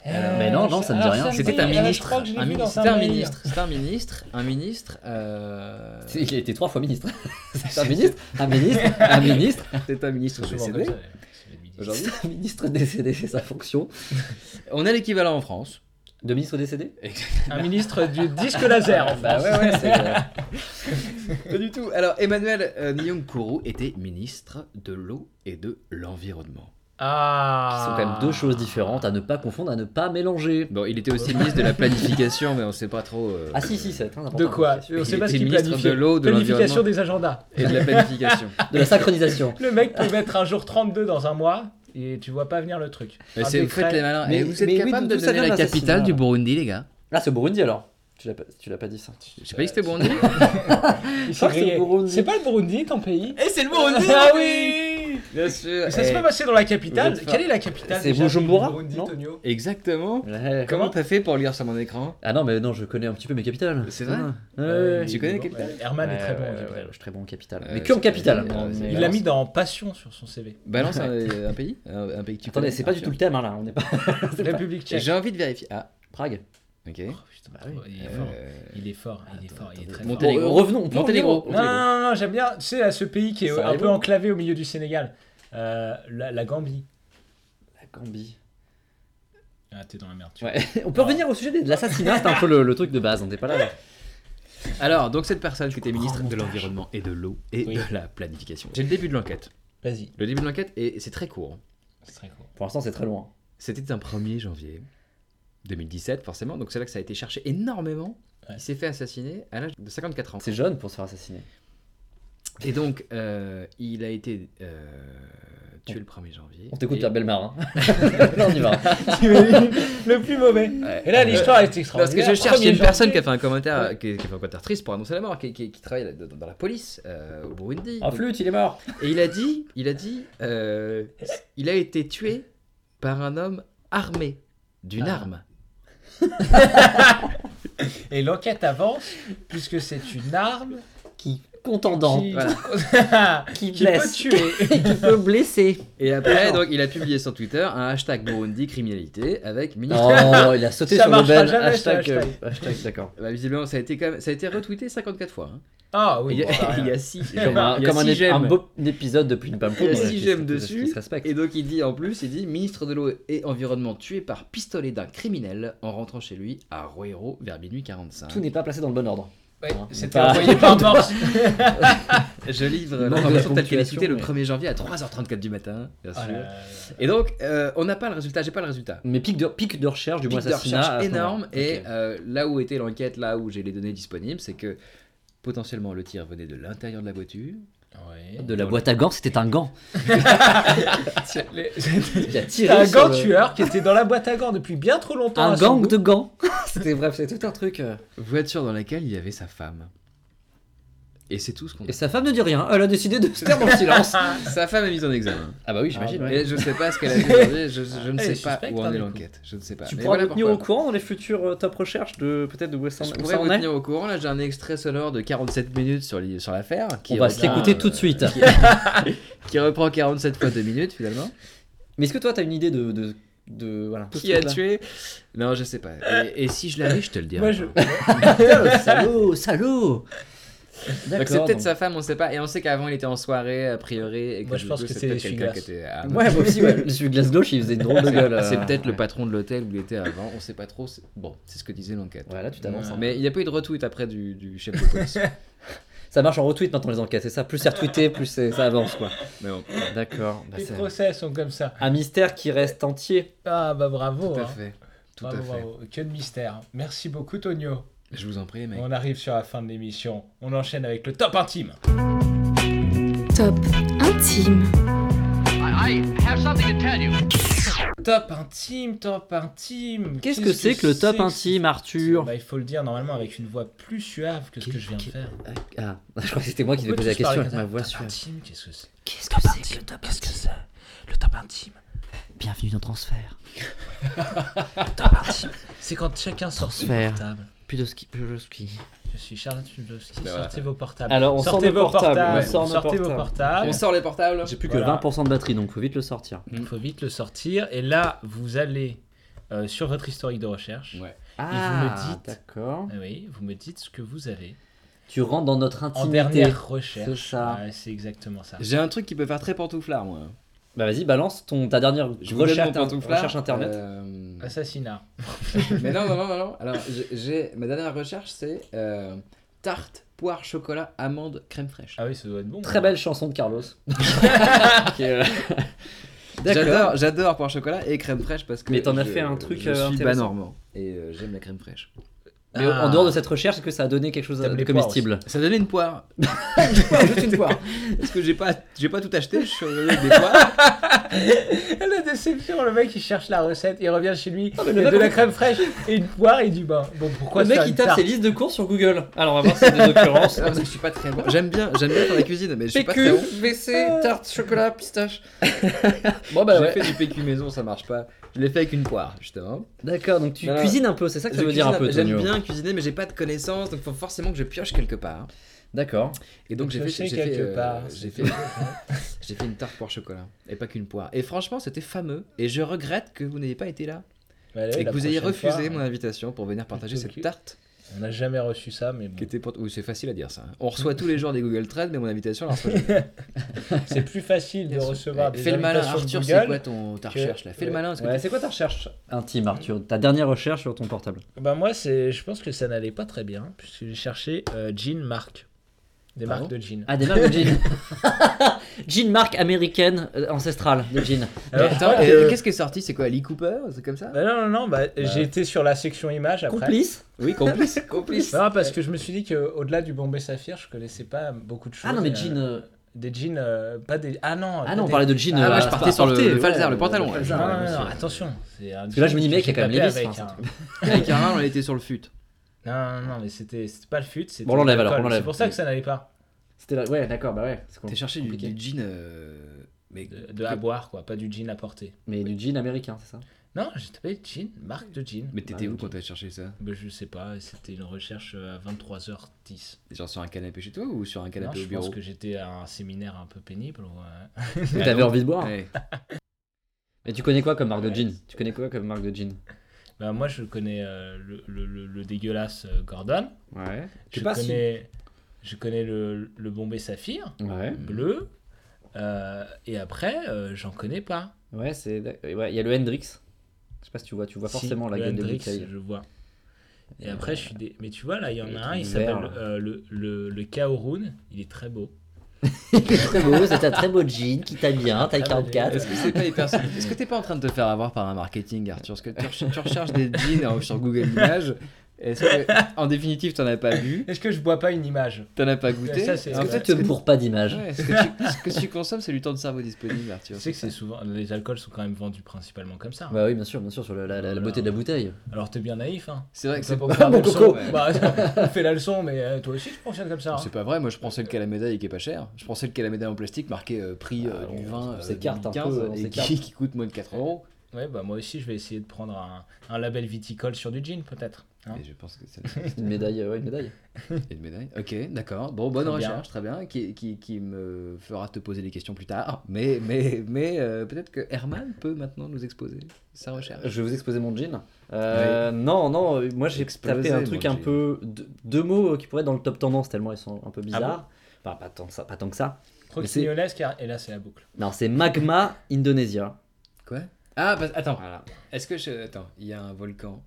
Euh, mais non, non, ça me dit alors, rien. me C'était dit- un alors, je ministre. crois que je l'ai Un vu ministre. dans C'était un mail. ministre. C'était un ministre. Un ministre. euh, C'est- (laughs) Il a été trois fois ministre. (laughs) C'est un ministre, un ministre, (laughs) un ministre. C'est un ministre Souvent décédé. comme ça, c'est les ministres. Aujourd'hui, un ministre décédé, c'est sa fonction. On a l'équivalent en France. De ministre décédé Un ministre du disque laser en (laughs) Bah France. ouais, ouais, c'est. euh, Pas du tout. Alors, Emmanuel euh, Nyonkuru était ministre de l'eau et de l'environnement. Ah. qui sont quand même deux choses différentes à ne pas confondre, à ne pas mélanger. Bon, il était (laughs) aussi ministre de la planification, mais on sait pas trop. euh, Ah si, si, c'est très important. De quoi On De Il sait pas ce était qu'il ministre planifie. de l'eau, de Planification l'environnement. des agendas. Et de la planification. la synchronisation. Le mec peut mettre un jour 32 dans un mois et tu vois pas venir le truc. Mais Un c'est vous décret- faites les malins. Mais- Et vous êtes mais oui, capable d'où de ça donner vient la l'assassinat, capitale du alors Burundi, les gars Ah, c'est au Burundi alors tu l'as, pas, tu l'as pas dit ça. J'ai pas dit que c'était Burundi. Il crois que c'est grillé. le Burundi. C'est pas le Burundi ton pays Et c'est le Ah oui Bien sûr. Mais ça s'est Eh, pas passé dans la Vous capitale. êtes fort. Quelle est la capitale C'est déjà du Bujumbura, Burundi, non Tonio Exactement. Ouais. Comment t'as fait pour lire sur mon écran Ah non, mais non, je connais un petit peu mes capitales. C'est vrai Ouais, Euh, ouais. Tu il est connais bon. la capitale Herman est Ouais, très bon. ouais, en ouais, capitale. ouais, je suis très bon en capitale. Euh, mais que en c'est- capitale. euh, c'est- Il l'a mis dans Passion sur son CV. Balance un, un pays un, un pays que tu Attendez, connais, c'est pas bien du sûr. tout le thème hein, là, on n'est pas. c'est pas- République Ah, Et Ah tchèque. J'ai envie de vérifier. Ah, Prague. ok. Oh, putain, il est fort. Euh, Il est fort, il est fort, il est très Monte- fort. Bon, euh, revenons, on peut Monténégro. revenir au- Non, Ah. non, non, non, j'aime bien, tu sais, à ce pays qui est Ça un arrive peu où enclavé au milieu du Sénégal. Euh, la, la Gambie. La Gambie. Ah, t'es dans la merde. tu Ouais. On peut revenir au sujet des- de l'assassinat, c'est un peu le, le truc de base, on n'est pas là. là. Alors, donc cette personne qui était comprends ministre le de montage. l'Environnement et de l'eau et Oui. de la planification. J'ai le début de l'enquête. vois. Vas-y, Le début de l'enquête, et c'est très court. c'est très court. Pour l'instant, c'est très loin. C'était un 1er janvier 2017, forcément, donc c'est là que ça a été cherché énormément. Ouais. Il s'est fait assassiner à l'âge de 54 ans. C'est jeune pour se faire assassiner. Et donc, euh, il a été euh, tué le 1er janvier. On t'écoute, Et- (laughs) Pierre Belmar. Hein. on y va. le plus mauvais. Ouais. Euh, Et là, l'histoire est Euh, Parce que extraordinaire. je cherche, il y a une 1er personne qui a janvier. fait un commentaire, euh, qui, qui a fait un commentaire triste pour annoncer la mort, qui, qui- qui travaille là- dans, dans la police euh, au Burundi. Ah, flûte, il est mort. Et il a dit, il a dit, euh, il a été tué par un homme armé d'une Ah. arme. Et l'enquête avance, puisque c'est une arme Qui contendant, qui, Voilà. (laughs) qui, qui peut blesse, tuer. (laughs) qui peut blesser. Ah Et après, donc, il a publié sur Twitter un hashtag Burundi criminalité avec ministre. Oh, il a sauté Ça sur marchera l'aubaine. jamais, ce Hashtag, euh, hashtag. hashtag, d'accord. Bah, visiblement, ça a été quand même- ça a été retweeté 54 fois. hein. Ah oui, il, y bon, bah, a, (laughs) il y a six, Comme un, il y a comme un six é- un j'aime. beau épisode depuis une pampoule. Il y a ouais, six qui se- j'aime qui se- dessus. qui se respecte. Et donc il dit en plus, il dit ministre de l'eau et environnement tué par pistolet d'un criminel en rentrant chez lui à Roero vers minuit 45. Tout n'est pas placé dans le bon ordre. ouais, Hein, bah, c'était pas- envoyé (laughs) par Morse. Je livre Manque de l'information telle qu'elle est ponctuation, tweetée le mais- Ah 1er janvier à 3h34 du matin, bien Oh là sûr. là là. Et donc, euh, on n'a pas le résultat, j'ai pas le résultat. Mais pic de, pic de recherche du Pic moins de assassinat. recherche à ce moment-là. énorme, et Ok. euh, là où était l'enquête, là où j'ai les données disponibles, c'est que potentiellement le tir venait de l'intérieur de la voiture, de la boîte à gants, c'était (laughs) un gant. Il a tiré T'as un sur gant le- tueur qui était dans la boîte à gants depuis bien trop longtemps. hein, Un à son gang goût. de (laughs) gants. C'était bref, c'est tout un truc. euh. Voiture dans laquelle il y avait sa femme. Et c'est tout ce qu'on Et sa femme ne dit rien. Elle a décidé (laughs) de se taire dans le silence. Sa femme est mise en examen. Ah bah oui, j'imagine, ouais. Et je sais pas (laughs) ce qu'elle a fait aujourd'hui, je, je ne Elle est sais pas suspecte, où hein, en du est coup. l'enquête. Je ne sais pas. Tu Mais pourras voilà nous tenir au pourquoi. courant dans les futures euh, top recherches de peut-être de où ça, Je où pourrais ça vous en est. tenir au courant. Là, j'ai un extrait sonore de 47 minutes sur l'i- sur l'affaire. qui On va reprend, s'écouter euh, tout de suite. qui- Qui reprend 47 fois 2 minutes finalement. Mais est-ce que toi, t'as une idée de de, de- voilà. tout ce Qui a truc-là tué Non, je sais pas. Et, et si je l'avais, je te le dirais. Moi, je... (laughs) Putain, Salaud, salaud. Donc c'est D'accord, peut-être donc- sa femme, on sait pas. Et on sait qu'avant il était en soirée, a priori. Et que Moi, je du pense coup, que c'est peut-être quelqu'un Sugar. qui était. ah, Ouais, moi aussi, (laughs) ouais. Celui de Glasgow, il faisait une drôle de gueule. euh. C'est peut-être le patron de l'hôtel où il était avant, on sait pas trop. c'est- Bon, c'est ce que disait l'enquête. Voilà, tu t'avances. hein. Mais il n'y a pas eu de retweet après du, du chef de (laughs) police. Ça marche en retweet maintenant les enquêtes, c'est ça. Plus c'est retweeté, plus c'est- ça avance quoi. Mais bon, D'accord. bah, Les c'est- procès sont comme ça. un mystère qui reste entier. Ah bah bravo. tout à hein. fait. Tout bravo, à fait. bravo. Que de mystère. Merci beaucoup Tonio. Je vous en prie, mec. On arrive sur la fin de l'émission. On enchaîne avec le top intime. Top intime. Top intime, top intime. Qu'est-ce que c'est que le top intime, Arthur Bah, il faut le dire normalement avec une voix plus suave que ce que je viens de faire. Ah, je crois que c'était moi qui devais Pourquoi poser la tous parler question avec comme ma ça voix Top suave. intime, qu'est-ce que c'est Qu'est-ce que c'est que le top intime Le top intime. Bienvenue dans Transfert. C'est quand chacun sort son Transfert. portable. Plus de ski, plus de ski. Je suis Charlotte Chudowski. Ben voilà. Sortez vos portables. Alors, on sort sortez nos vos portables, portables. on sort nos sortez vos portables. portables. On sort les portables. J'ai plus Voilà. que 20% de batterie, donc faut vite le sortir. Il faut vite le sortir. Et là, vous allez euh, sur votre historique de recherche. Ouais. Ah, vous me dites. d'accord. Ah Oui, vous me dites ce que vous avez Tu rentres dans notre en intimité. dernière recherche. C'est ça. Ouais, c'est exactement ça. J'ai un truc qui peut faire très pantouflard, moi. Bah vas-y, balance ton, ta dernière Je vous recherche, donne mon pantouflard. recherche internet. Ah, Euh, Assassinat. Mais non, non, non, non. non. Alors, j'ai- j'ai ma dernière recherche, c'est euh, tarte, poire, chocolat, amande, crème fraîche. Ah oui, ça doit être bon. Très belle chanson de (laughs) Carlos. Ok, euh, (laughs) J'adore, j'adore poire chocolat et crème fraîche parce que. Mais t'en as je- fait un truc, Je euh, suis pas intéressant. normand et euh, j'aime la crème fraîche. Mais Ah. en dehors de cette recherche, est-ce que ça a donné quelque chose T'aimes de les poires comestible Ça donnait (laughs) une poire. Juste une poire. Parce que j'ai pas, j'ai pas tout acheté. Je suis revenu avec des poires. La déception, le mec il cherche la recette, il revient chez lui, mais il y le a de mec- la crème fraîche et une poire et du bain. Bon, pourquoi le mec faire il une tape tarte ses listes de courses sur Google. Alors on va voir si c'est des occurrences. Non, Ah, parce que je suis pas très bon. J'aime bien, j'aime bien faire la cuisine, mais je suis pas très PQ, bon. Ah. VC, tarte, chocolat, pistache. (laughs) bon bah j'ai ouais. fait du PQ maison, ça marche pas. Je l'ai fait avec une poire, justement. D'accord, donc tu Non, non. cuisines un peu, c'est ça que ça Je veut dire un cuisine peu, J'aime Tonio bien cuisiner, mais j'ai pas de connaissances, donc faut forcément que je pioche quelque part. D'accord. Et donc j'ai fait, Piocher j'ai fait, quelque euh, part, j'ai c'est fait, j'ai fait une tarte poire chocolat et pas qu'une poire. Et franchement, c'était fameux. Et je regrette que vous n'ayez pas été là Bah, allez, et que la vous ayez prochaine refusé fois, mon invitation pour venir partager Plutôt cette que- tarte On n'a jamais reçu ça, mais bon. qui était pour. Oui, c'est facile à dire ça. hein. On reçoit tous les jours des Google Trends, mais mon invitation, (laughs) on la reçoit jamais. c'est plus facile de Bien sûr. Eh, recevoir des Fais le malin, invitations de Arthur. Google. C'est quoi ton ta que- recherche là Fais le Ouais. malin. parce que Ouais, c'est quoi ta recherche intime, Arthur Ta dernière recherche sur ton portable Bah moi, c'est, je pense que ça n'allait pas très bien, puisque j'ai cherché euh, jean marque. Des Ah marques bon de jeans. Ah, des marques de jeans. (laughs) jean marque américaine euh, ancestrale de jean. Mais Alors, (laughs) attends, ouais, et euh, qu'est-ce qui est sorti C'est quoi Lee Cooper C'est comme ça bah non, non, non, bah, j'ai été sur la section images après. Complice Oui, (laughs) complice, complice. Non, parce que je me suis dit qu'au-delà du Bombay Saphir, je connaissais pas beaucoup de choses. Ah non, mais euh, jean. euh, Des jeans, euh, pas des. Ah non, Ah pas non, on des- parlait de jean. Ah, euh, moi, je partais sur le- assorté, le falzar, ouais, le pantalon, ouais. Non, falzar, non, ouais, non, bien sûr. attention. C'est un que là, je me dis, jean mec, il y qui a quand même tapait Levi's, avec enfin, un- Avec un rein, on était sur le fut. Non, non, non, mais c'était c'était pas le fut. c'était Bon, on l'enlève, le alors, on col. l'enlève. C'est pour ça que ça n'allait pas. C'était là, ouais, d'accord, bah ouais. c'est con- T'es cherché du, compliqué. du jean. euh, Mais De, de à boire, quoi, pas du jean à porter. Mais du jean américain, (laughs) c'est ça Non, j'ai tapé jean, marque de jean. Mais t'étais Bah, où ok. quand t'as cherché ça Bah, je sais pas, c'était une recherche euh, à 23h10. Genre sur un canapé chez toi ou sur un Non, canapé je au bureau pense que j'étais à un séminaire un peu pénible. ouais. Ouais, T'avais donc- envie de boire Ouais. Mais tu connais quoi comme marque de Ouais. jean Tu connais quoi comme marque de jean Bah, moi, je connais euh, le, le- le- le dégueulasse euh, Gordon. Ouais. Je sais pas si- connais, je connais le, le Bombay Saphir, Ouais. bleu. euh, et après, euh, j'en connais pas. Ouais, c'est. et ouais, il y a le Hendrix. Je sais pas si tu vois, tu vois Si, Bah, forcément la le gueule de Hendrix, bouteille. (laughs) Je vois. Et après, je suis des... Mais tu vois, là, il y en le a un, il truc s'appelle vert, là. euh, le, le, le Kaorun. Il est très beau. très beau, c'est un très beau jean qui taille bien, taille Très beau jean. 44. Est-ce que c'est pas hyper simple Est-ce que t'es pas en train de te faire avoir par un marketing, Arthur Parce que tu, recher- tu recherches des jeans euh, sur hein, Google Images Est-ce que, en définitive, t'en as pas bu, Est-ce que je bois pas une image t'en as pas goûté Ça, c'est- Est-ce Ah que ouais. toi, Peut-être tu- que pour pas d'image. Ouais, ce, que tu, ce que tu consommes, c'est du temps de cerveau disponible, Arthur. Tu sais que c'est souvent. Les alcools sont quand même vendus principalement comme ça. hein. Bah oui, bien sûr, bien sûr, sur la, la- la- la beauté de la bouteille. Alors t'es bien naïf, hein. C'est vrai On que peut c'est pas pas, faire la Mon leçon. coco. Bah, (laughs) on fait la leçon, mais euh, toi aussi tu fonctionnes comme ça. hein. c'est pas vrai. Moi, je prends celle qui a la médaille et qui est pas chère. Je prends celle qui a la médaille en plastique marquée euh, prix euh, Ah, du on- vin on euh, s'écarte un peu, 2015, on et qui, s'écarte. qui coûte moins de 4 euros. Ouais, bah moi aussi je vais essayer de prendre un, un label viticole sur du gin peut-être. hein. Et je pense que c'est Une médaille, euh, ouais, une médaille. une médaille. Ok, d'accord. Bon, bonne Très bien. recherche, très bien. Qui, qui, qui me fera te poser des questions plus tard. Mais, mais, mais euh, peut-être que Herman peut maintenant nous exposer sa recherche. Euh, Je vais vous exposer mon jean. Euh, Non, non, euh, moi j'ai Explosé, tapé un mon truc jean. un peu. deux- Deux mots euh, qui pourraient être dans le top tendance, tellement ils sont un peu bizarres. Enfin, pas tant, que ça, pas tant que ça. Croquignolesque, car- et là c'est la boucle. Non, c'est Magma Indonesia. Quoi Ah, bah, attends. Voilà. Est-ce que je. Attends, il y a un volcan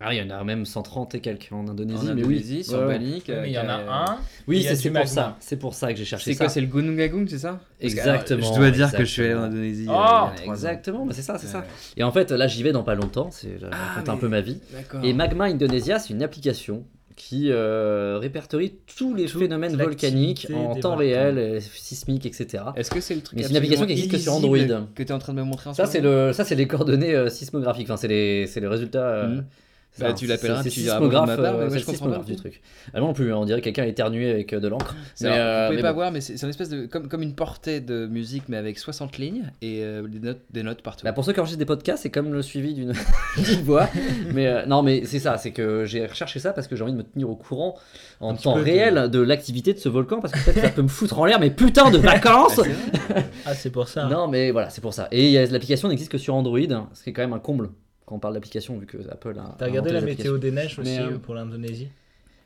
Ah, il y en a même 130 et quelques Ah, en Indonésie, en mais Indonésie, oui. sur Ouais, ouais. Bali. qui a- Mais il y en a euh, qui un. il Oui, y a c'est du c'est magma. pour ça. C'est pour ça que j'ai cherché C'est quoi, ça. c'est le Gunungagung, c'est ça Parce que, alors, Exactement, Je dois dire que je suis allé en exactement. Indonésie. Oh, euh, il y a trois ans. Exactement, mais c'est ça, c'est ça. Ouais. Et en fait, là, j'y vais dans pas longtemps. C'est, je Ah, raconte un mais- Ah. peu ma vie. D'accord. Et Magma Indonesia, c'est une application qui euh, répertorie tous les phénomènes volcaniques l'activité en des temps volcans. réel, euh, et sismique, etc. Est-ce que c'est le truc Mais c'est une application qui existe que sur Android. absolument illisible Que tu es en train de me montrer en Ça, ce c'est moment le, ça, c'est les coordonnées euh, sismographiques. Enfin, c'est les, c'est les résultats. euh, Mhm. c'est ça, Bah, tu l'appelleras, c'est- tu c'est diras bonjour de ma sismographe, part, mais euh, moi, c'est je le comprends pas sismographe le du truc. Ah, non plus, hein, on dirait quelqu'un éternué avec euh, (laughs) de l'encre. C'est- Mais, alors, euh, vous pouvez mais pas bon. voir, mais c'est c'est une espèce de. Comme, comme une portée de musique, mais avec 60 lignes et euh, des, notes, des notes partout. Bah, pour ceux qui enregistrent des podcasts, c'est comme le suivi d'une d'une voix. (laughs) Mais euh, non, mais c'est ça, c'est que j'ai recherché ça parce que j'ai envie de me tenir au courant en Un petit temps peu de- réel de, l'activité de ce volcan parce que peut-être ça peut me foutre en l'air, mais putain de (laughs) vacances (laughs) Ah c'est pour ça. Non, mais voilà, c'est pour ça. Et il y a- l'application n'existe que sur Android, hein, ce qui est quand même un comble quand on parle d'application vu que Apple a. T'as regardé inventé la les météo des neiges Mais, aussi euh, pour l'Indonésie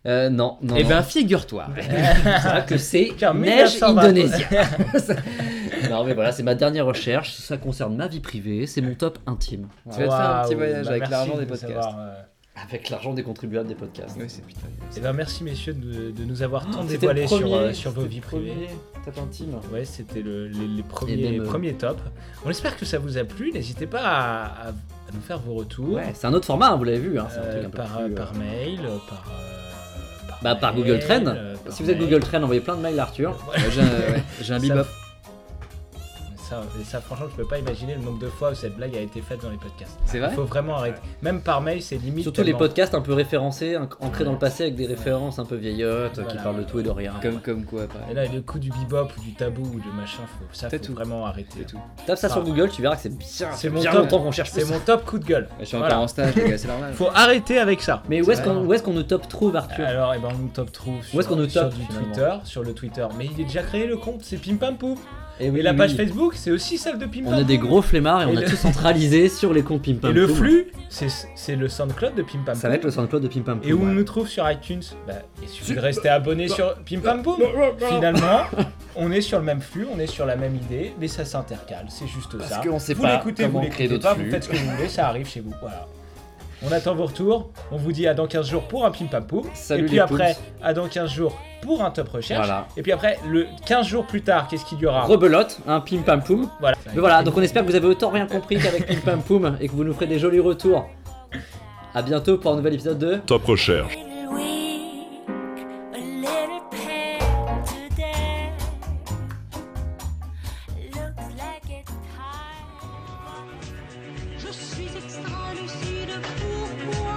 applications. euh, Non, non. Eh non. (laughs) ben, figure-toi (laughs) C'est vrai que c'est Car neige 1920. indonésienne. (laughs) (laughs) non, mais voilà, c'est ma dernière recherche. Ça concerne ma vie privée, c'est mon top intime. Tu vas te faire un petit Waouh, voyage bah, avec merci l'argent de des nous podcasts. avoir, euh, Avec l'argent des contribuables des podcasts. Ouais, c'est putain. Eh ben merci messieurs de, de nous avoir tant Oh, C'était le dévoilé sur, premier, euh, sur vos c'était vies le privées. premier Top intime. Ouais, c'était le- les, les premiers, même, euh, premiers tops. On espère que ça vous a plu. N'hésitez pas à, à- à nous faire vos retours Ouais, c'est un autre format, hein, vous l'avez vu. Hein, c'est un euh, truc un peu par, plus, euh, par mail, par, euh, Bah, par mail, Google Trend. euh, par Si vous êtes mail. Google Trend, envoyez plein de mails à Arthur. (laughs) Ouais, J'ai un, ouais, j'ai un Ça- bebop. Ça, et ça, franchement, je peux pas imaginer le nombre de fois où cette blague a été faite dans les podcasts. C'est Il vrai faut vraiment arrêter. Même par mail, c'est limite. Surtout les tellement- podcasts un peu référencés, inc- ancrés dans le passé avec des références un peu vieillottes qui Voilà. parlent de tout et de rien. Comme, comme quoi, après. Et là, le coup du bebop ou du tabou ou du machin, faut, ça, faut C'est tout. vraiment arrêter. C'est tout. Tape ça sur Google, tu verras que c'est bien, C'est c'est mon bien top. longtemps qu'on cherche C'est plus. mon top coup de gueule. Je suis Voilà. encore en stage, les gars, c'est normal. Faut arrêter avec ça. Mais où est-ce qu'on Vraiment. où est-ce qu'on nous top trouve Arthur Alors, et ben, on nous top trouve sur, Où est-ce qu'on nous sur top, du finalement Twitter, sur le Twitter. Mais il est déjà créé le compte, c'est Pim Pam Poum. Et et la page Facebook, c'est aussi celle de Pim Eh On Pam est des Poum. gros flemmards et on Et a le- tout centralisé sur les comptes Pim Et Pam le Poum. flux, c'est c'est le SoundCloud de Pim Pam Ça va Poum. être le SoundCloud de Pim Pam Et où Poum, on ouais. Bah, nous trouve sur iTunes Bah, il suffit de rester abonné sur Pim Pam Poum. Finalement, (laughs) on est sur le même flux, on est sur la même idée, mais ça s'intercale, c'est juste Parce ça. qu'on sait vous pas l'écoutez, comment vous l'écoutez créer d'autres pas, vous flux. faites ce que vous voulez, ça arrive chez vous, voilà. On attend vos retours, on vous dit à dans 15 jours pour un Pim Pam Poum. Salut et puis les après, poules. à dans 15 jours pour un top recherche. Voilà. Et puis après, le 15 jours plus tard, qu'est-ce qu'il y aura Rebelote, un Pim Pam Poum. Voilà. Mais voilà, donc on espère que vous avez autant rien compris qu'avec Pim Pam Poum et que vous nous ferez des jolis retours. À bientôt pour un nouvel épisode de Top recherche. little weak, a little pale today. Looks like it's time. Je suis extra lucide, pourquoi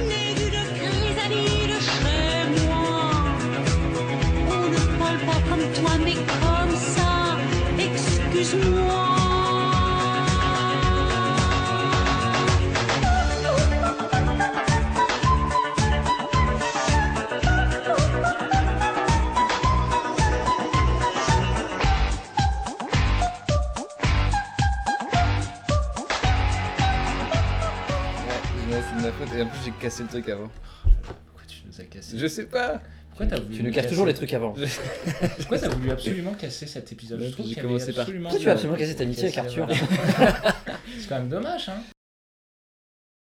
Né d'une chrysalide chez moi On ne parle pas comme toi mais comme ça Excuse-moi Ouais, c'est de ma faute, et en plus, j'ai cassé le truc avant. Pourquoi tu nous as cassé Je sais pas Pourquoi t'as voulu Tu nous casses toujours les trucs avant. Pourquoi t'as voulu absolument casser cet épisode Je trouve Bah, qu'il j'ai y avait commencé par- absolument- Pourquoi tu as absolument cassé cette amitié avec Arthur (laughs) C'est quand même dommage, hein